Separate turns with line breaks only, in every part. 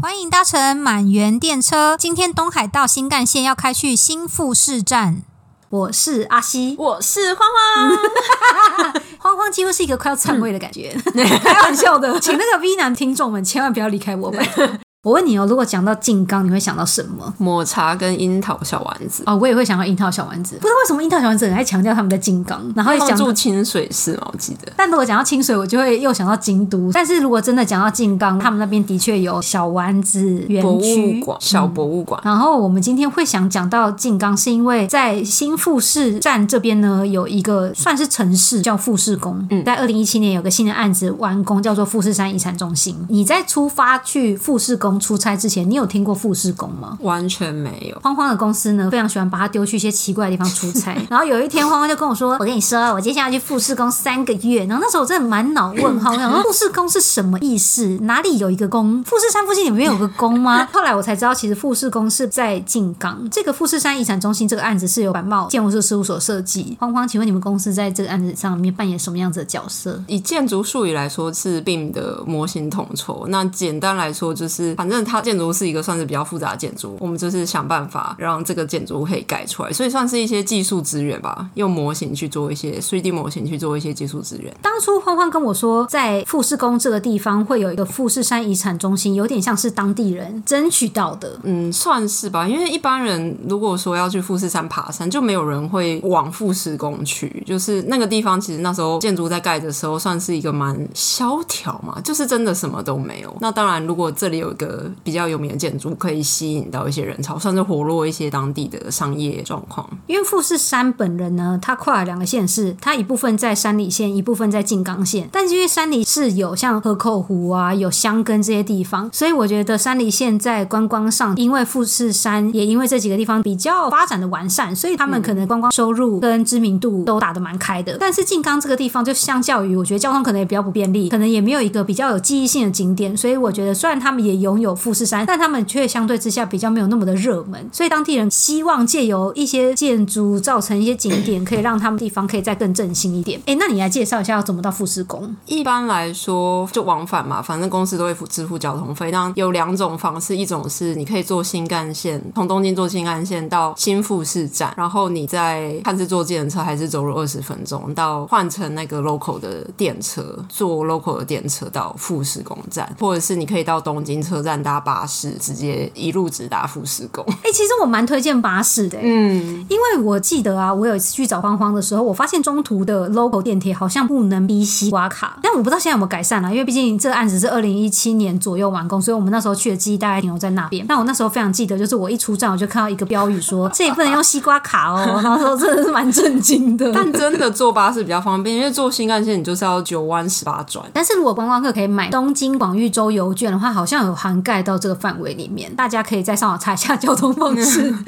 欢迎搭乘满园电车，今天东海道新干线要开去新富士站。我是阿西，
我是欢欢，
慌慌几乎是一个快要篡位的感觉，嗯 开玩笑的，请那个 V 男听众们千万不要离开我们。 我问你哦，如果讲到静冈，你会想到什么？
抹茶跟樱桃小丸子，
哦，我也会想到樱桃小丸子，不知道为什么樱桃小丸子很爱强调他们在静冈，然后
他
也
们
哦讲
住清水寺嘛，我记得。
但如果讲到清水，我就会又想到京都。但是如果真的讲到静冈，他们那边的确有小丸子园
博物
区。嗯
馆，小博物馆，
然后我们今天会想讲到静冈，是因为在新富士站这边呢，有一个算是城市叫富士宫。嗯，在二零一七年有个新的案子完工，叫做富士山遗产中心。你在出发去富士宫出差之前，你有听过富士宫吗？
完全没有。
慌慌的公司呢，非常喜欢把他丢去一些奇怪的地方出差。然后有一天，慌慌就跟我说：“我跟你说，我接下来去富士宫三个月。”然后那时候我真的满脑问号，我想说富士宫是什么意思？哪里有一个宫？富士山附近你们有个宫吗？后来我才知道，其实富士宫是在静冈。这个富士山遗产中心这个案子是由板茂建筑师事务所设计。慌慌，请问你们公司在这个案子上面扮演什么样子的角色？
以建筑术语来说是 BIM 的模型统筹。那简单来说就是，反正它建筑是一个算是比较复杂的建筑，我们就是想办法让这个建筑可以盖出来，所以算是一些技术资源吧，用模型去做一些 3D 模型去做一些技术资源。
当初欢欢跟我说，在富士宫这个地方会有一个富士山遗产中心，有点像是当地人争取到的。
嗯，算是吧，因为一般人如果说要去富士山爬山，就没有人会往富士宫去。就是那个地方，其实那时候建筑在盖的时候，算是一个蛮萧条嘛，就是真的什么都没有。那当然，如果这里有一个比较有名的建筑，可以吸引到一些人潮，算是活络一些当地的商业状况。
因为富士山本人呢，它跨了两个县市，它一部分在山里县，一部分在静冈县。但是因为山里是有像河口湖啊、有箱根这些地方，所以我觉得山里县在观光上，因为富士山也因为这几个地方比较发展的完善，所以他们可能观光收入跟知名度都打得蛮开的。但是静冈这个地方，就相较于我觉得交通可能也比较不便利，可能也没有一个比较有记忆性的景点，所以我觉得虽然他们也拥有富士山，但他们却相对之下比较没有那么的热门，所以当地人希望借由一些建筑造成一些景点，可以让他们地方可以再更振兴一点。哎，那你来介绍一下要怎么到富士宫？
一般来说，就往返嘛，反正公司都会付支付交通费。那有两种方式，一种是你可以坐新干线，从东京坐新干线到新富士站，然后你再看是坐电车还是走路二十分钟，到换乘那个 local 的电车，坐 local 的电车到富士宫站，或者是你可以到东京车站搭巴士，直接一路直达富士宫。
哎，其实我蛮推荐巴士的，欸
嗯，
因为我记得啊，我有一次去找荒荒的时候，我发现中途的 logo 电铁好像不能逼西瓜卡，但我不知道现在有没有改善啊啦、因为毕竟这个案子是二零一七年左右完工，所以我们那时候去的记忆大概停留在那边。那我那时候非常记得，就是我一出站我就看到一个标语说这里不能用西瓜卡哦，然后说真的是蛮震惊的。但
但真的坐巴士比较方便，因为坐新干线你就是要九弯十八转。。
但是如果观光客可以买东京广域周游券的话，好像有涵盖到这个范围里面，大家可以再上网查一下交通方式。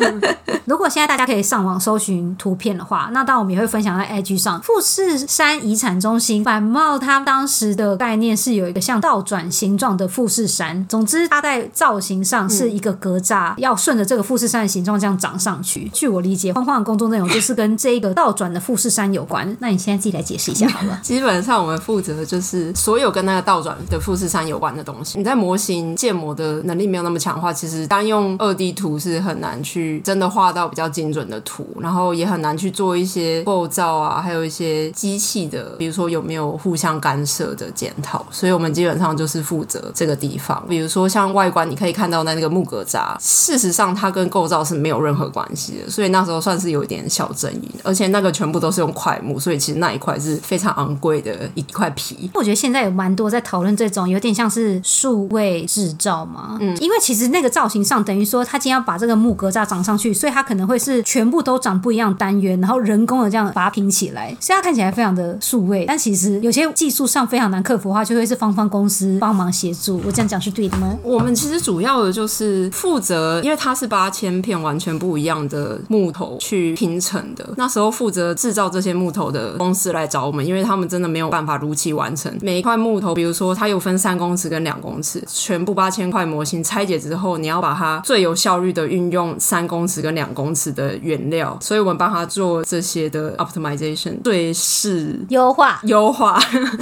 如果现在大家可以上网搜寻图片的话，那当然我们也会分享在 IG 上。富士山遗产中心板茂它当时的概念是有一个像倒转形状的富士山，总之它在造型上是一个格栅，要顺着这个富士山的形状这样长上去。据我理解，欢欢的工作内容就是跟这一个倒转的富士山有关。那你现在自己来解释一下好了
基本上我们负责就是所有跟那个倒转的富士山有关的东西。你在模型建模的能力没有那么强的话，其实单用二 D 图是很难去真的画到比较精准的图，然后也很难去做一些构造啊，还有一些机器的，比如说有没有互相干涉的检讨。所以我们基本上就是负责这个地方。比如说像外观，你可以看到那那个木格栅，事实上它跟构造是没有任何关系的，所以那时候算是有一点小争议。而且那个全部都是用块木，所以其实那一块是非常昂贵的一块皮。
我觉得现在有蛮多在讨论这种有点像是数位制造嘛，嗯，因为其实那个造型上等于说他今天要把这个木格栅长上去，所以它可能会是全部都长不一样的单元，然后人工的这样把它拼起来，所以它看起来非常的数位，但其实有些技术上非常难克服的话，就会是方方公司帮忙协助。我这样讲是对的吗？
我们其实主要的就是负责，因为它是八千片完全不一样的木头去拼成的。那时候负责制造这些木头的公司来找我们，因为他们真的没有办法如期完成每一块木头。比如说，它有分三公尺跟两公尺，全部八千。千块模型拆解之后，你要把它最有效率的运用三公尺跟两公尺的原料，所以我们帮他做这些的 optimization 最适
优化
优化。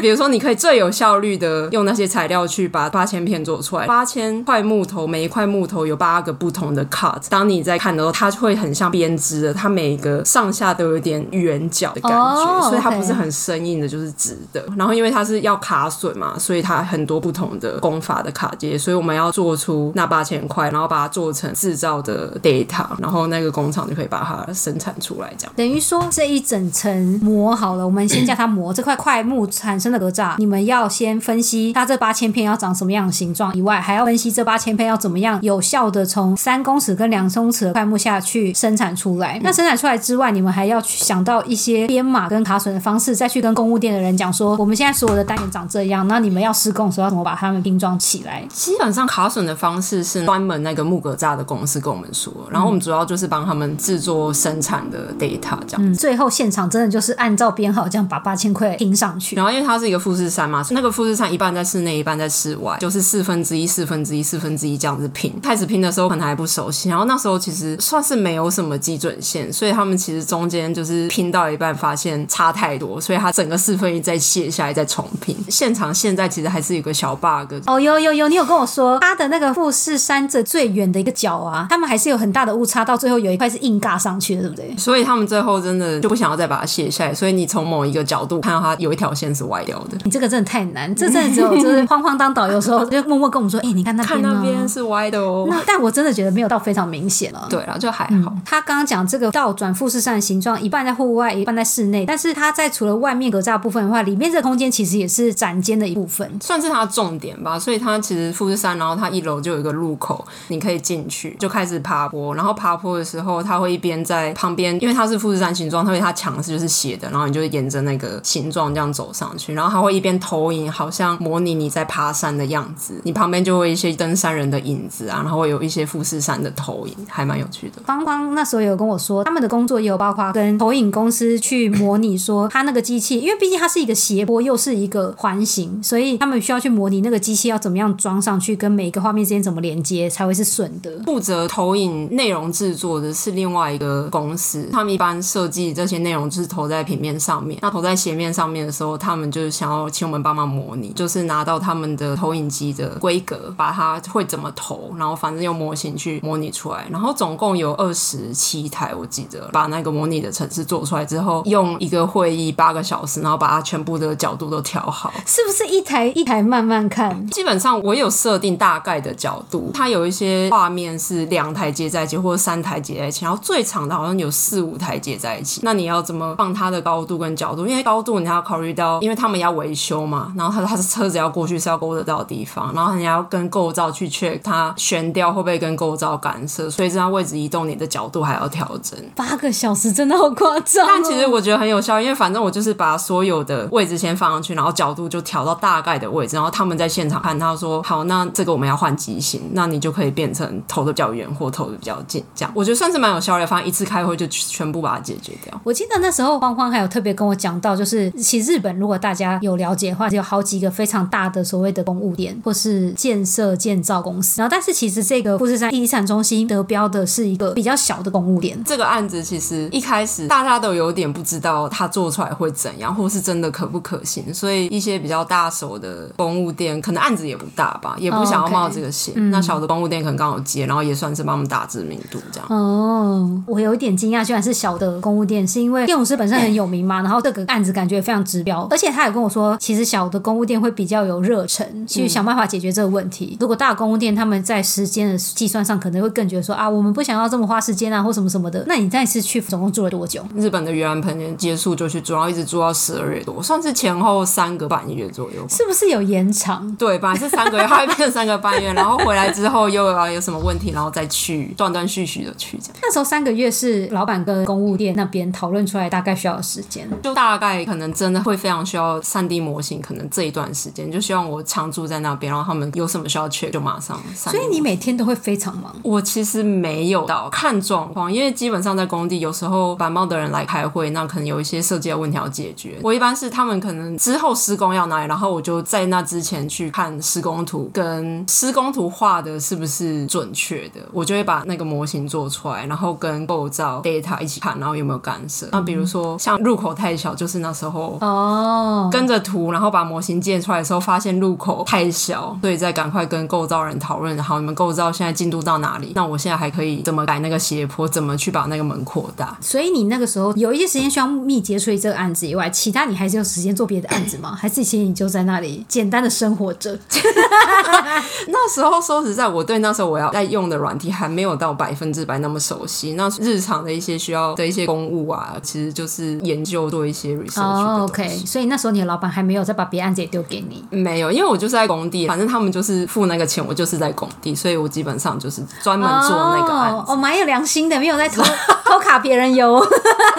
比如说，你可以最有效率的用那些材料去把八千片做出来。八千块木头，每一块木头有八个不同的 cut。当你在看的时候，它会很像编织的，它每个上下都有点圆角的感觉
哦
所以它
OK
不是很生硬的，就是直的。然后因为它是要卡榫嘛，所以它很多不同的工法的卡接，所以我们要做出那八千块，然后把它做成制造的 data，然后那个工厂就可以把它生产出来，这样。
等于说这一整层膜好了，我们先叫它膜。这块块木产生的格栅，你们要先分析它这八千片要长什么样的形状，以外还要分析这八千片要怎么样有效的从三公尺跟两公尺的块木下去生产出来。那生产出来之外，你们还要去想到一些编码跟卡榫的方式，再去跟公务店的人讲说，我们现在所有的单元长这样，那你们要施工的时候要怎么把它们拼装起来？
基本上卡榫的方式是专门那个木格栅的公司跟我们说，然后我们主要就是帮他们制作生产的 data 这样。
嗯，最后现场真的就是按照编号这样把八千块拼上去。
然后因为它是一个富士山嘛，那个富士山一半在室内，一半在室外，就是四分之一、四分之一、四分之一这样子拼。开始拼的时候可能还不熟悉，然后那时候其实算是没有什么基准线，所以他们其实中间就是拼到一半发现差太多，所以他整个四分一再卸下来再重拼。现场现在其实还是有个小 bug，
哦，有有有，你有跟我说它的那个富士山这最远的一个角啊，他们还是有很大的误差，到最后有一块是硬尬上去的，对不对？
所以他们最后真的就不想要再把它卸下来，所以你从某一个角度看到它有一条线是歪掉的，
你这个真的太难，这真的只有就是晃晃当导游的时候，就默默跟我们说，哎、你看那边、
看
啊，
那边是歪的哦。
那嗯但我真的觉得没有到非常明显了。
对啦，就还好。
他刚刚讲这个倒转富士山的形状，一半在户外，一半在室内。但是它在除了外面格栅部分的话，里面这个空间其实也是展间的一部分。
算是它的重点吧，所以它其实富士山，然后它一楼就有一个入口，你可以进去，就开始爬坡。然后爬坡的时候，它会一边在旁边，因为它是富士山形状，它会它墙是就是斜的，然后你就沿着那个形状这样走上去。然后它会一边投影，好像模拟你在爬山的样子。你旁边就会有一些登山人的影子啊，然后会有一些富士山的投影，还蛮有趣的。
芳芳那时候有跟我说，他们的工作也有包括跟投影公司去模拟说，他那个机器，因为毕竟它是一个斜坡，又是一个环形，所以他们需要去模拟那个机器要怎么样装上去，跟每一个画面之间怎么连接才会是顺的。
负责投影内容制作的是另外一个公司，他们一般设计这些内容就是投在平面上面。那投在斜面上面的时候，他们就是想要请我们帮忙模拟，就是拿到他们的投影机的规格，把它会怎么投，然后反正用模型去模拟出来。然后总共有二十七台，我记得把那个模拟的程式做出来之后，用一个会议八个小时，然后把它全部的角度都调好。
是不是一台一台慢慢看？
基本上我有设定大概的角度，它有一些画面是两台接在一起，或者三台接在一起，然后最长的好像有四五台接在一起。那你要怎么放它的高度跟角度？因为高度你还要考虑到，因为他们要维修嘛，然后他他的车子要过去是要勾得到的地方，然后你还要跟构造去 check 它悬吊会不会跟构造干涉，所以这样位置移动，你的角度还要调整。
八个小时真的好夸张哦、
但其实我觉得很有效，因为反正我就是把所有的位置先放上去，然后角度就调到大概的位置，然后他们在现场看，他说好，那这个我们要换机型，那你就可以变成投的比较远或投的比较近，这样我觉得算是蛮有效率的。反正一次开会就嗯全部把它解决掉。
我记得那时候芳芳还有特别跟我讲到，就是其实日本如果大家有了解的话，有好几个非常大的所谓的公务店或是建设建造公司，然后但是其实这个富士山遗产中心得标的是一个比较小的公务店。
这个案子其实一开始大家都有点不知道它做出来会怎样，或是真的可不可行，所以一些比较大手的公务店可能案子也不大吧，也不想要冒这个险。那小的公务店可能刚好接，然后也算是帮我们打知名度这样。
哦，我有一点惊讶，居然是小的公务店，是因为电舞师本身很有名嘛，然后这个案子感觉非常指标，而且他也跟我说，其实小的公务店会比较有热忱去想办法解决这个问题。如果大的公务店他们在时间的计算上可能会更觉得说啊，我们不想要这么花时间啊，或什么什么的。那你那次去总共住了多久？
日本的盂兰盆园结束就去住，然后一直住到十二月多，算是前后三个半月左右。
是不是有延长？
对，本来是三个月，后来变成三个半月，然后回来之后又要有什么问题，然后再去断断续续的去这样，
那时候三个月是老板跟公务店那边讨论出来大概需要的时间。
就大概可能真的会非常需要三 D 模型，可能这一段时间就希望我常住在那边，然后他们有什么需要去就马上。所
所以你每天都会非常忙，
我其实没有到看状况，因为基本上在工地有时候板帽的人来开会，那可能有一些设计的问题要解决。我一般是他们可能之后施工要哪里，然后我就在那之前去看施工图，图跟施工图画的是不是准确的，我就会把那个模型做出来，然后跟构造 data 一起看，然后有没有干涉。那比如说像入口太小，就是那时候
哦，
跟着图，然后把模型建出来的时候，发现入口太小，所以再赶快跟构造人讨论，好，你们构造现在进度到哪里？那我现在还可以怎么改那个斜坡？怎么去把那个门扩大？
所以你那个时候有一些时间需要密集处理这个案子以外，其他你还是有时间做别的案子 吗？还是其实你就在那里简单的生活着？
那时候说实在，我对那时候我要在用的软体还没有到百分之百那么熟悉。那日常的一些需要的一些公务啊，其实就是研究做一些 research
哦、
的
o
东西。
k 所以那时候你的老板还没有再把别的案子也丢给你。
没有，因为我就是在工地，反正他们就是付那个钱，我就是在工地，所以我基本上就是专门做那个案子。
哦，哦蛮有良心的，没有在 偷偷卡别人油。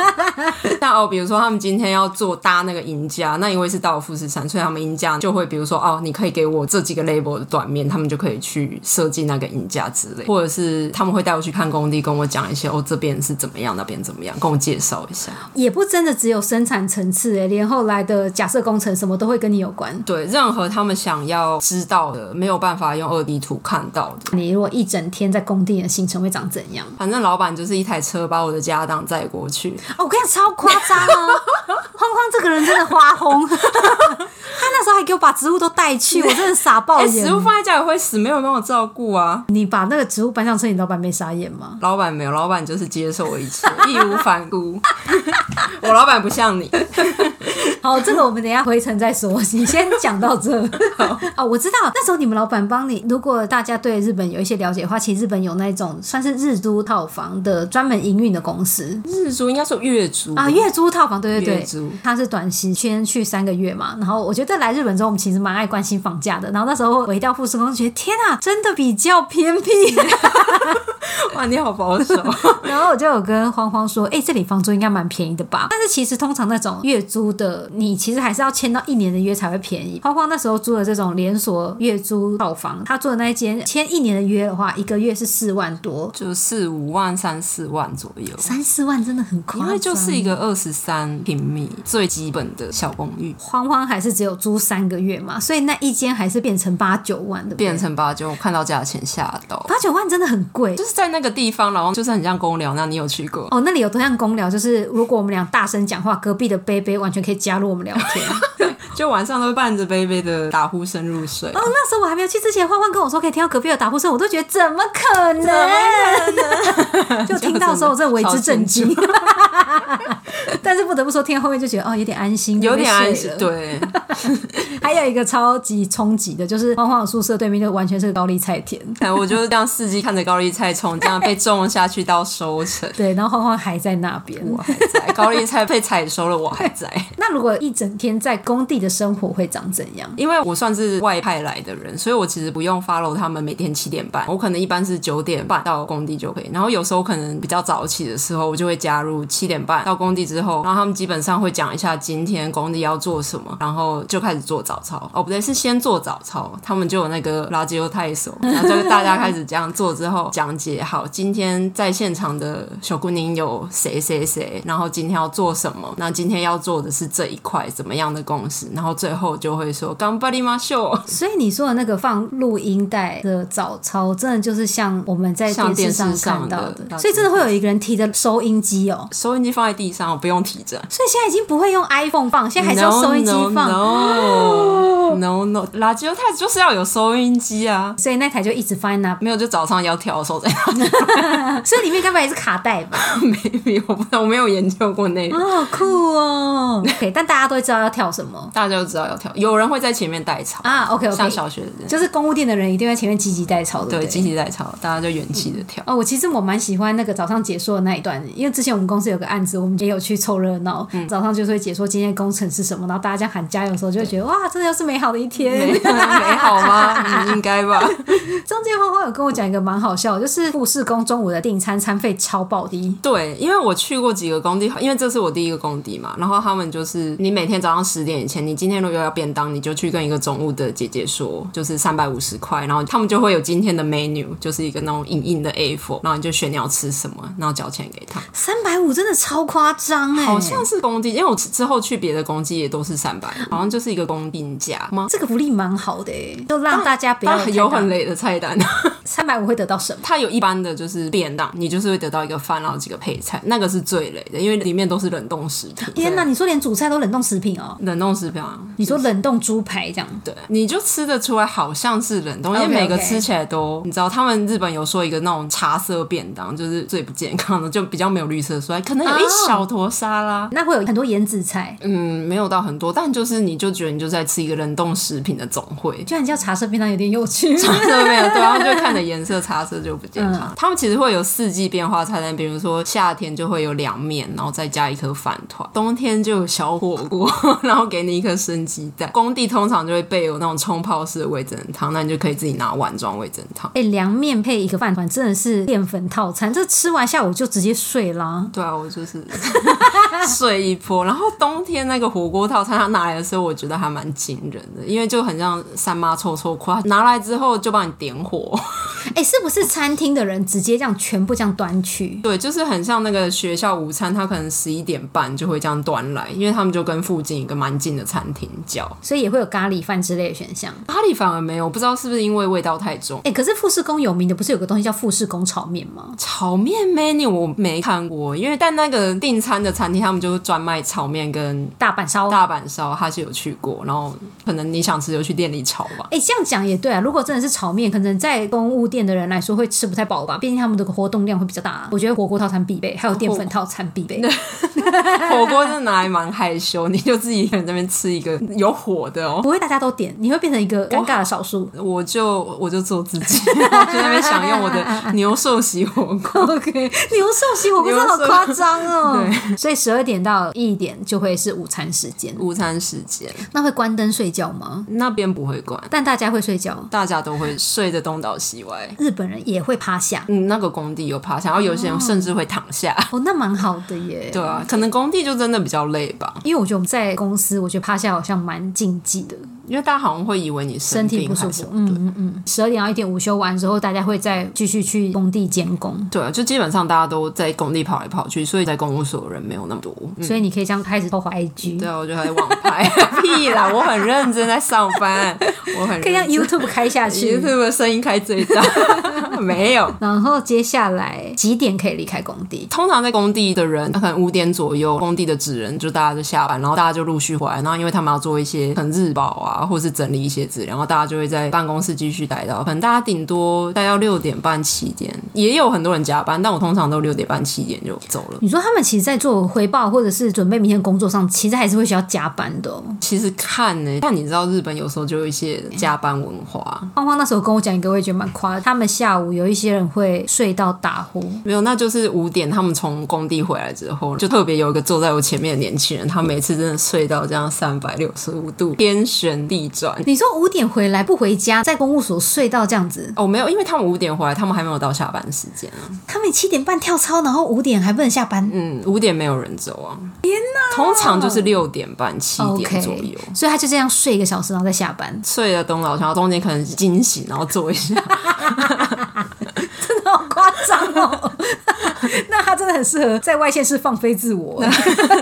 那哦，比如说他们今天要做搭那个银架，那因为是到富士山，所以他们银架就会比如说哦，你可以给我这几个 label 的断面，他们就可以去设计那个银架之类，或者是他们会带我去看工地，跟我讲一些哦这边是怎么样，那边怎么样，跟我介绍一下。
也不真的只有生产层次，哎，连后来的假设工程什么都会跟你有关。
对，任何他们想要知道的，没有办法用二 D 图看到的。
你如果一整天在工地的行程会长怎样？
反正老板就是一台车把我的家当载过去，
哦，我跟你讲，超夸张 啊！荒荒这个人真的花轰， 他那时候还给我把植物都带去，我真的傻爆
哎、
眼。
食物放在家里会死，没有人帮我照顾啊。
你把那个植物搬上车，你老板没傻眼吗？
老板没有，老板就是接受我一切，义无反 顾。我老板不像你，
好，这个我们等一下回程再 说，你先讲到这。 哦，我知道那时候你们老板帮你，如果大家对日本有一些了解的话，其实日本有那种算是日租套房的专门营运的公司
日租应该说月租
啊，月租套房，对对
月
对
租，
它是短期先去三个月嘛。然后我觉得来日本之后，我们其实蛮爱关心房价的。然后那时候我一到富士宫，觉得天啊，真的比较偏僻。
哇，你好保守。
然后我就有跟慌慌说，哎、这里房租应该蛮便宜的吧？但是其实通常那种月租的，你其实还是要签到一年的约才会便宜。慌慌那时候租的这种连锁月租套房，他住的那一间签一年的约的话，一个月是四万多，
就四五万、三四万左右，
三四万真的很夸
因
张。
为就是一个二十三平米最基本的小公寓，
慌慌还是只有租三个月嘛，所以那一间还是变成八九万的，对不对
变成八九，我看到价钱吓到。
八九万真的很贵
就。是在那个地方，然后就是很像公寮，那你有去过？
哦，那里有多像公聊，就是如果我们俩大声讲话，隔壁的贝贝完全可以加入我们聊天。
就晚上都伴着微微的打呼声入睡。
哦，那时候我还没有去之前，欢欢跟我说可以听到隔壁的打呼声，我都觉得怎么可能？就听到的时候，我真的为之震惊。 但是不得不说，听到后面就觉得哦，有点安心，
有点安
就
心，
被睡了。
对，
还有一个超级冲击的，就是欢欢的宿舍对面就完全是高丽菜田。
哎我就是这样四季看着高丽菜从这样被种下去到收成，
对，然后欢欢还在那边。
我还在，高丽菜被采收了，我还在。
那如果一整天在工地的生活会长怎样？
因为我算是外派来的人，所以我其实不用 follow 他们每天七点半，我可能一般是九点半到工地就可以。然后有时候可能比较早起的时候，我就会加入七点半到工地之后，然后他们基本上会讲一下今天工地要做什么，然后就开始做早操。哦，不对，是先做早操，他们就有那个拉吉欧泰手， 然后就大家开始这样做之后讲解好今天在现场的小姑娘有谁谁谁，然后今天要做什么，那今天要做的是这一块怎么样的公式，然后最后就会说干巴里马秀，
所以你说的那个放录音带的早操，真的就是像我们在
像
电视
电视上
看到
的
的，所以真的会有一个人提着收音机哦。
收音机放在地上，我不用提着，
所以现在已经不会用 iPhone 放，现在还是用收音机放。
No no no, no，拉吉欧泰就是要有收音机啊。
所以那台就一直放在那，
没有，就早上要跳的时候 在
所以里面该不会也是卡带吧？
maybe 我不知道，我没有研究过那 个，
哦，好酷哦。OK，但 大家都知道要跳什么
大家就知道要跳。有人会在前面代操，
啊？OK
像
OK，
小学生
就是公务店的人一定会在前面积极带操，对不
对，
对？
集体在吵，大家就元气的 跳。
哦，我其实我蛮喜欢那个早上解说的那一段，因为之前我们公司有个案子，我们也有去凑热闹。早上就是会解说今天工程是什么，然后大家这样喊加油的时候，就会觉得哇，真的又是 美好的一天。
美美好吗？ 嗯应该吧。
中间花花有跟我讲一个蛮好笑的，就是富士宫中午的订餐餐费超爆低，
对，因为我去过几个工地，因为这是我第一个工地嘛，然后他们就是你每天早上十点以前，你今天如果要便当，你就去跟一个中务的姐姐说，就是三百五十块，然后他们就会有今天的 menu，就是一个那种隐隐的 A4，然后你就选你要吃什么，然后交钱给他。
三百五真的超夸张哎，
好像是工地，因为我之后去别的工地也都是三百，好像就是一个工定价打吗？
这个福利蛮好的、欸，就让大家不要
它 有很累的菜单，
三百五会得到什么？
它有一般的就是便当，你就是会得到一个饭，然后几个配菜，那个是最累的，因为里面都是冷冻食品。
天哪，你说连主菜都冷冻食品哦？
冷冻食品啊，
你说冷冻猪排这样？
对，你就吃得出来好像是冷冻，因为
OK，OK
每个吃起来都，你知道他们日本有说一个那种茶色便当，就是最不健康的，就比较没有绿色蔬菜，可能有一
哦
小坨沙拉。
那会有很多盐紫菜，，
嗯，没有到很多，但就是你就觉得你就在吃一个冷冻食品的总会
居然叫茶色便当有点有趣。
对没有？对，然后就看着颜色差色就不健康。他们其实会有四季变化菜单，比如说夏天就会有凉面，然后再加一颗饭团；冬天就有小火锅， 然后给你一颗生鸡蛋。工地通常就会备有那种冲泡式的味噌汤，那你就可以自己拿碗装味噌汤。
哎、凉面配一个饭团真的是淀粉套餐，这吃完下午就直接睡啦。
对啊，我就是 睡一波。然后冬天那个火锅套餐，它拿来的时候，我觉得还蛮惊人的，因为就很像三妈臭臭裤，它拿来之后就帮你点火。
哎、是不是餐厅的人直接这样全部这样端去？
对，就是很像那个学校午餐，它可能十一点半就会这样端来，因为他们就跟附近一个蛮近的餐厅叫。
所以也会有咖喱饭之类的选项。
咖喱反而没有，不知道是不是因为味道太重。
哎、可是富士宫有名的不是有个东西叫富士宫炒面吗？
炒面 menu 我没看过，因为但那个订餐的餐厅他们就专卖炒面跟
大阪烧。
大阪烧，他是有去过，然后可能你想吃就去店里炒吧。
哎、这样讲也对啊。如果真的是炒面，可能在公务店的人来说会吃不太饱吧，毕竟他们的活动量会比较大、啊我觉得火锅套餐必备，还有淀粉套餐必备。
火锅真的拿来蛮害羞，你就自己一个人在那边吃一个有火的哦。
不会大家都点，你会变成一个尴尬的少数。
我就我就做自己， 我就在那边享用我的牛寿喜火锅。
OK，牛 寿喜火锅真的好夸张哦。
牛
对，所以十二点到一点就会是午餐时间。
午餐时间
那会关灯睡觉吗？
那边不会关，
但大家会睡觉，
大家都会睡得东倒西歪。
日本人也会趴下。
嗯，那个工地有趴下，然后有些人甚至会躺下。
哦，那蛮好的耶。
对啊，可能工地就真的比较累吧，
因为我觉得我们在公司，我觉得趴下好像蛮禁忌的，
因为大家好像会以为你生
身体
病
不舒
还是
服。嗯嗯嗯。十二点到一点午休完之后，大家会再继续去工地监工，
对啊，就基本上大家都在工地跑来跑去，所以在公务所的人没有那么多。
所以你可以这样开始偷滑 IG，
嗯对啊，我就还网 拍，屁啦，我很认真在上班，我很
可以让
认真
YouTube 开下去。
YouTube 声音开最大， 没有。
然后接下来几点可以离开工地？
通常在工地的人，可能五点左右，工地的职人就大家就下班，然后大家就陆续回来，然后因为他们要做一些可能日报啊，或是整理一些资料，然后大家就会在办公室继续待到，可能大家顶多待到六点半七点，也有很多人加班，但我通常都六点半七点就走了。
你说他们其实，在做回报或者是准备明天工作上，其实还是会需要加班的、哦。
其实看呢、但你知道日本有时候就有一些加班文化，
芳芳那时候跟我讲一个，我也觉得蛮夸张他们下午有一些人会睡到打呼，
没有，那就是五点他们从工地回来之后，就特别有一个坐在我前面的年轻人，他每次真的睡到这样三百六十五度天旋地转。
你说五点回来不回家，在公务所睡到这样子，
哦，没有，因为他们五点回来，他们还没有到下班时间啊。
他们七点半跳操，然后五点还不能下班。
嗯，五点没有人走啊。天哪！通常就是六点半、七
OK，
点左右。
所以他就这样睡一个小时，然后再下班，
睡了东老然后中间可能惊醒，然后坐一下。
真的好夸张 哦！那他真的很适合在外县市放飞自 我。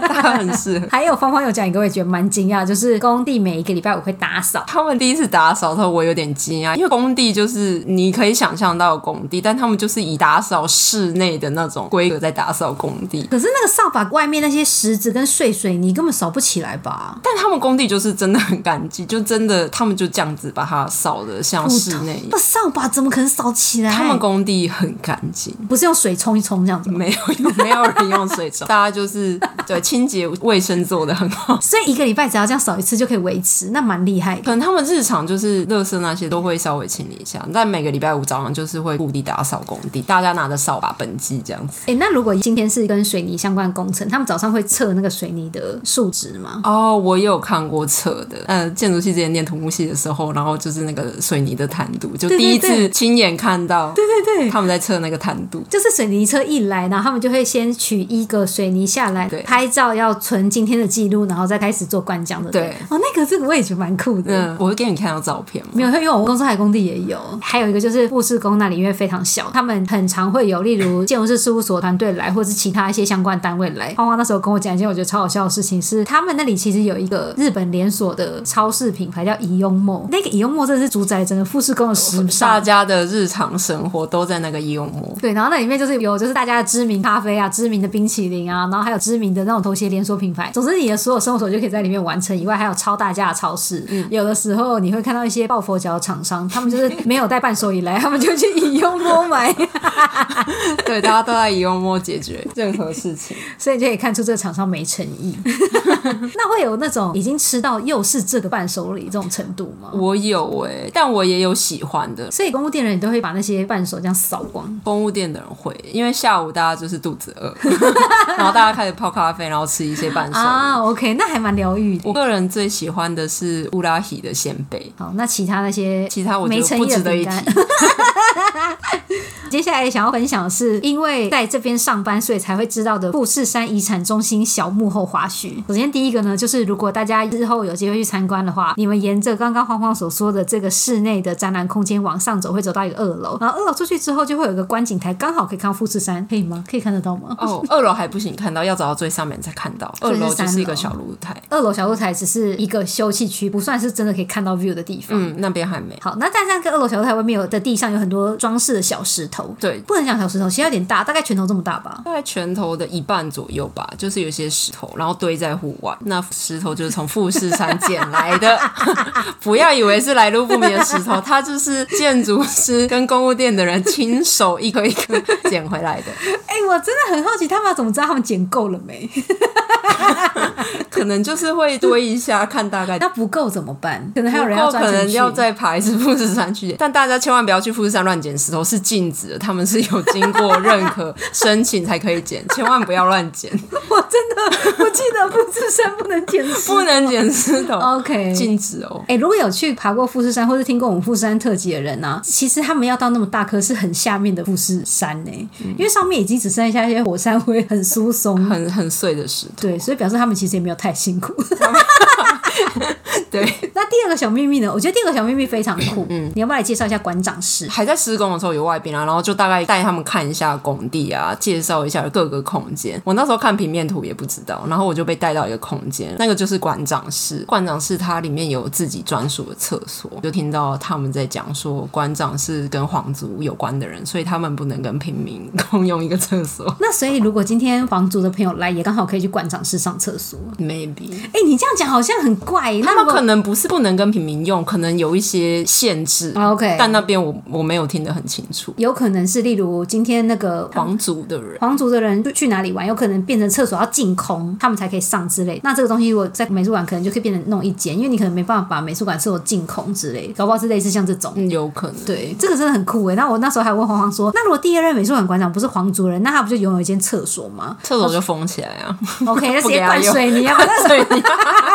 他很适 合。
还有芳芳有讲一个，我也觉得蛮惊讶，就是工地每一个礼拜我会打扫，
他们第一次打扫的时候，我有点惊讶，因为工地就是你可以想象到的工地，但他们就是以打扫室内的那种规格在打扫工地。
可是那个扫把外面那些石子跟碎水泥根本扫不起来吧？
但他们工地就是真的很干净，就真的他们就这样子把它扫的像室内一样。
那扫把怎么可能扫起来？
他们工地很干净，
不是用水冲一冲这样子吗？
没有 用，没有人用水冲，大家就是对清洁卫生做的很好。
所以一个礼拜只要这样扫一次就可以维持，那蛮厉害的。
可能他们日常就是垃圾那些都会稍微清理一下，但每个礼拜五早上就是会固地打扫工地，大家拿着扫把、本机这样子。
哎、那如果今天是跟水泥相关的工程，他们早上会测那个水泥的数值吗？
哦，我也有看过测的，呃，建筑系之前念土木系的时候，然后就是那个水泥的弹度，就
对对
第一
对
次亲眼看到，对
对对，
他们在测那个弹度。
就是水泥车一来，然然后他们就会先取一个水泥下来
对
拍照，要存今天的记录，然后再开始做灌浆的。
对
哦，那个这个我也觉得蛮酷的。
嗯，我会给你看到照片吗？
没有，因为我公司海工地也有，还有一个就是富士宫那里，因为非常小，他们很常会有，例如建筑师事务所团队来，或者是其他一些相关单位来。哦花花那时候跟我讲一件我觉得超好笑的事情是，他们那里其实有一个日本连锁的超市品牌叫伊庸梦，那个伊庸梦真的是主宰整个富士宫的时
大
尚。
家的日常生活都在那个幽默。
对，然后那里面就是有就是大家的知名咖啡啊、知名的冰淇淋啊，然后还有知名的那种头鞋连锁品牌。总之，你的所有生活所就可以在里面完成以外，还有超大家的超市。有的时候你会看到一些抱佛脚的厂商，他们就是没有带伴手礼来，他们就去以用摸买，
对，大家都在幽默解决任何事情。
所以你就可以看出这个厂商没诚意。那会有那种已经吃到又是这个伴手礼这种程度吗？
我有哎、但我也有喜欢的。
所以公务店人你都会把那些伴手这样扫光，
公务店的人会，因为下午大家就是肚子饿， 然后大家开始泡咖啡，然后吃一些伴手礼。
啊，OK，那还蛮疗愈的
我。个人最喜欢的是乌拉希的鲜贝，
好，那其他那些
其他我觉
没
得
诚
不
意
值
的
得一
饼
提
干。。 接下来想要分享的是，因为在这边上班，所以才会知道的富士山遗产中心小幕后花絮。首先第一个呢，就是如果大家日后有机会去参观的话，你们沿着刚刚黄黄所说的这个室内的展览空间往上走，会走到一个二
哦
楼，然后二楼出去之后就会有一个观景台，刚好可以看到富士山，可以吗？可以看得到吗？
哦，二楼还不行看到，要走到最上面才看到。二
所以是
楼就
三
是一个
楼
小露台，
二楼小露台只是一个休憩区，不算是真的可以看到 view 的地方。
嗯，那边还没。
好，那在那个二楼小露台外面有的地上有很多装饰的小石头，
对
不能讲小石头，其实有点大，大概拳头这么大吧。
大概拳头的一半左右吧，就是有些石头，然后堆在户外。那石头就是从富士山捡来的， 不要以为是来路不明的石头，它就是建筑师跟公务店的人亲手一颗一颗捡回来的。
哎、我真的很好奇，他们要怎么知道他们捡够了没？
可能就是会堆一下，看大概。
那不够怎么办？可能还有人
不
要
过
抓
可能
进去。
要再爬一次富士山去捡，但大家千万不要去富士山乱捡石头，是禁止的。他们是有经过认可申请才可以捡，千万不要乱捡，
我真的我记得富士山不能捡 石。
不能捡石头，
OK。
禁止哦。
哎、如果有去爬过富士山，或是听过我们富士山特辑的人啊，其实他们要到那么大颗是很下面的富士山呢、因为上面已经只剩下一些火山灰，嗯很疏松。
很很碎的石头。
对，所以表示他们其实也没有太辛苦。
对，
那第二个小秘密呢？我觉得第二个小秘密非常酷。嗯，你要不要来介绍一下馆长室？
还在施工的时候有外宾啊，然后就大概带他们看一下工地啊，介绍一下各个空间。我那时候看平面图也不知道，然后我就被带到一个空间，那个就是馆长室。馆长室它里面有自己专属的厕所，就听到他们在讲说馆长是跟皇族有关的人，所以他们不能跟平民共用一个厕 所。
那所以，如果今天房主的朋友来，也刚好可以去馆长室上厕所。
Maybe
哎、你这样讲好像很怪、那
他
如
们
果
可能不是不能跟平民用，可能有一些限制。
啊 OK，
但那边我我没有听得很清楚，
有可能是例如今天那个皇
皇族的人。
皇族的人去哪里玩，有可能变成厕所要净空，他们才可以上之类。那这个东西如果在美术馆，可能就可以变成弄一间，因为你可能没办法把美术馆厕所净空之类，搞不好是类似像这种。
嗯，有可能。
对，这个真的很酷诶。那我那时候还问黄黄说，那如果第二任美术馆馆长不是皇族人，那他不就拥有一间厕所吗
厕所就封起来啊，
？OK，那直
不给
接
他
灌
用
水泥啊，把那
所以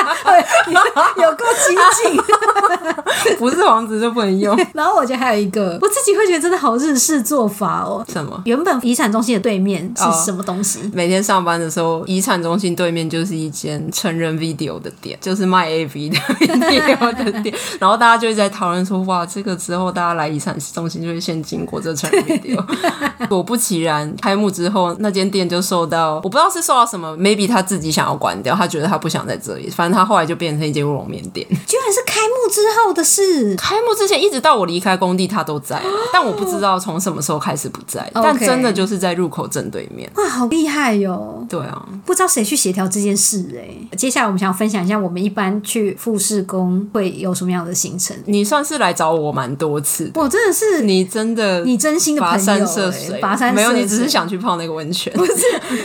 水有够激进。
不是王子就不能用
然后我觉得还有一
嗯
个，我自己会觉得真的好日式做法哦。
什么。
原本遗产中心的对面是
哦
什么东西？
每天上班的时候，遗产中心对面就是一间成人 video 的店，就是卖 AV 的 video 的店。然后大家就会在讨论说，哇，这个之后大家来遗产中心就会先经过这成人 video。果不其然，开幕之后那间店就受到，我不知道是受到什么，maybe 他自己想要关掉，他觉得他不想在这里，反正他后来就变成一间乌龙面店。
居然是开幕之后的事。
开幕之前一直到我离开工地，他都在啊，但我不知道从什么时候开始不在。但
OK
真的就是在入口正对面。
哇，好厉害哟！
对啊，
不知道谁去协调这件事哎、接下来我们想要分享一下，我们一般去富士宫会有什么样的行程？
你算是来找我蛮多次的，
我真的是
你真的
你真心的朋友、
跋
欸，
山涉水，
跋山涉水
没有，你只是想去泡那个温泉。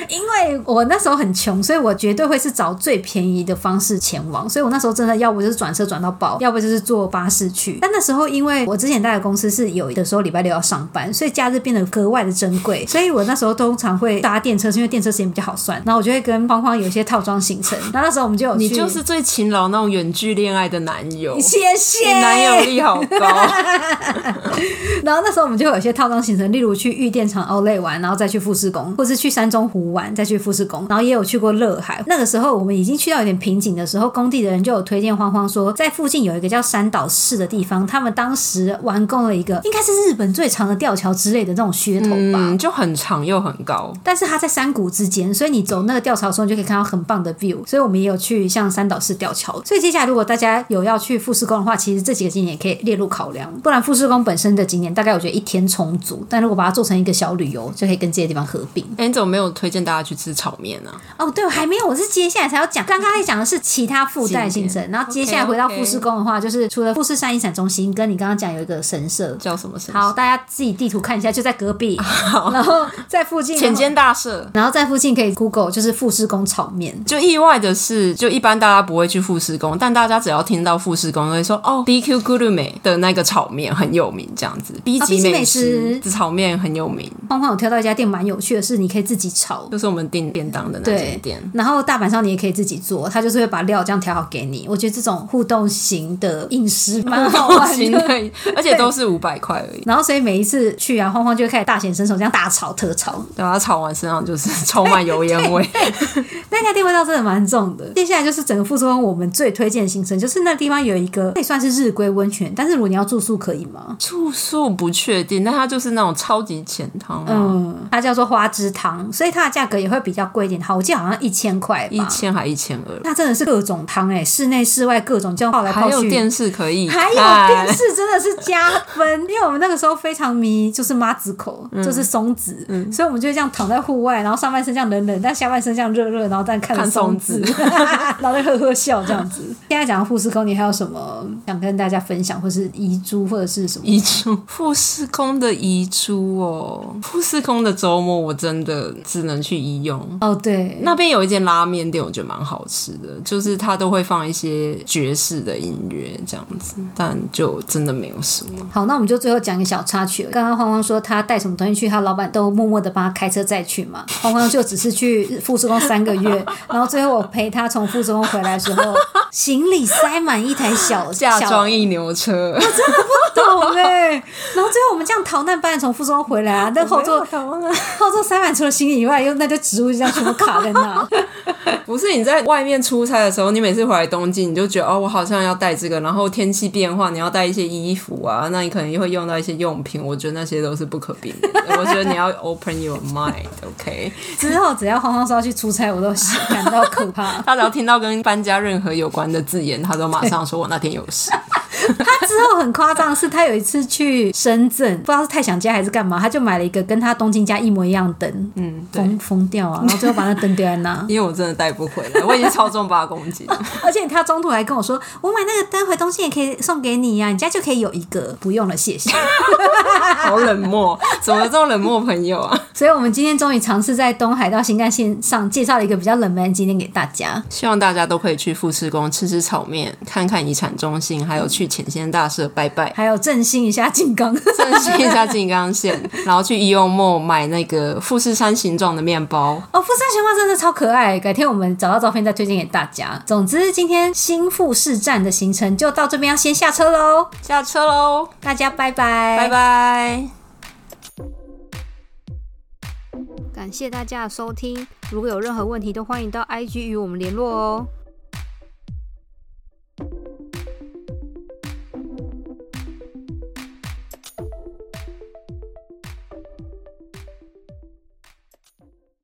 因为我那时候很穷，所以我绝对会是找最便宜的方式前往。所以我那时候真的，要不就是转车转到爆，要不就就是坐巴士去。但那时候因为我之前待的公司是有的时候礼拜六要上班，所以假日变得格外的珍贵，所以我那时候通常会搭电车，是因为电车时间比较好算。然后我就会跟芳芳有一些套装行程，然后那时候我们就有去
你就是最勤劳那种远距恋爱的男友，
谢谢
你男友力好高。
然后那时候我们就有一些套装行程，例如去玉电厂奥莱玩，然后再去富士宫，或是去山中湖玩，再去富士宫，然后也有去过乐海。那个时候我们已经去到有点瓶颈的时候，工地的人就有推荐欢欢说，在附近有一个叫山岛市的地方，他们当时完工了一个应该是日本最长的吊桥之类的那种噱头吧。
嗯，就很长又很高。
但是它在山谷之间，所以你走那个吊桥的时候，你就可以看到很棒的 view。所以我们也有去像三岛市吊桥。所以接下来如果大家有要去富士宫的话，其实这几个景点也可以列入考量。不然富士宫本身的景点大概我觉得一天充足，但如果把它做成一个小旅游，就可以跟这些地方合并。
哎、你怎么没有推荐大家去吃炒面啊呢、
哦，对，我还没有，我是接下来才要讲。刚刚在讲的是其他附带行程，然后接下来回到
OK，OK
富士宫的话，就是除了富士山遗产中心，跟你刚刚讲有一个神社。
叫什么神社？
好，大家自己地图看一下，就在隔 壁，然后在附近，
浅间大社。
然后在附近可以 Google 就是富士宫炒面，
就意外的是，就一般大家不会去富士宫，但大家只要听到富士宫，都会说哦，BQ 咕噜美的那个炒面很有名，这样子。B
啊，B
级
级美
美食
食
的炒面很有名，
框框有挑到一家店蛮有趣的是，你可以自己炒。
就是我们订便当的那间
对
店。，
然后大阪上你也可以自己做，他就是会把料这样调好给你。我觉得这种互动型的饮食蛮 好玩
新
的。
的，而且都是五百块而已。
然后所以每一次去啊，晃晃就会开始大显身手，这样大炒特炒。
对啊，它炒完身上就是 充满油烟味。
那家店味道真的蛮重的。接下来就是整个富士宫我们最推荐的行程，就是那地方有一个，那也算是日归温泉，但是如果你要住宿可以吗？
住宿不确定，但它就是那种超级浅汤啊，
嗯，它叫做花枝汤，所以它的价格也会比较贵一点。好，我记得好像一千块吧。
一千还一千二。
那真的是各种汤哎、室内室外各种，这样泡来
还
泡
有
去。
电视可以看，
还有电视真的是加分，因为我们那个时候非常迷，就是妈子口，
嗯
就是松子，所以我们就会这样躺在户外，然后上半身这样冷冷，但下半身这样热热，然后但看着
看
松
松
子， 然后在呵呵笑这样子。现在讲到富士宫，你还有什么想跟大家分享，或是遗珠，或者是什么？
遗珠， 富士宫的遗珠哦，富士宫的周末我真的只能去医用。
哦，对，
那边有一间拉面店，我觉得蛮好吃的，就是它都会放一些爵士的音乐这样子，但就真的没有什么。
好，那我们就最后讲一个小插曲了。刚刚欢欢说他带什么东西去，他老板都默默的帮他开车载去嘛。欢欢就只是去富士宫三个月，然后最后我陪他从富士宫回来的时候，行李塞满一台小
嫁妆
小
一牛车，
桶哎、然后最后我们这样逃难般地从富士宫回来啊，但后座后座塞满除了行李以外，又那堆植物就这样全部卡在那。
不是你在外面出差的时候，你每次回来东京，你就觉得哦，我好像要带这个，然后天气变化，你要带一些衣服啊，那你可能又会用到一些用品，我觉得那些都是不可避免的。我觉得你要 open your mind，OK、
之后只要欢欢说要去出差，我都感到可怕。
他只要听到跟搬家任何有关的字眼，他都马上说我那天有事。
他之后很夸张，是他有一次去深圳，不知道是太想家还是干嘛，他就买了一个跟他东京家一模一样的灯，
嗯，对，。
疯疯掉啊，然后最后把那灯丢在那
因为我真的带不回来，我已经超重八公斤。
而且他中途还跟我说：“我买那个灯回东京也可以送给你呀、你家就可以有一个，不用了，谢 谢。
好冷漠，怎么这种冷漠朋友啊？”
所以，我们今天终于尝试在东海道新干线上介绍了一个比较冷门的景点给大家。
希望大家都可以去富士宫吃吃炒面，看看遗产中心，还有去浅仙大社拜拜。
还有振兴一下金刚，
振兴一下金刚线，然后去 EO Mall 买那个富士山形状的面包。
哦，富士山熊猫真的超可爱，改天我们找到照片再推荐给大家。总之，今天新富士站的行程就到这边，要先下车喽，
下车喽，
大家拜拜，
拜拜。
感谢大家的收听，如果有任何问题，都欢迎到 IG 与我们联络哦。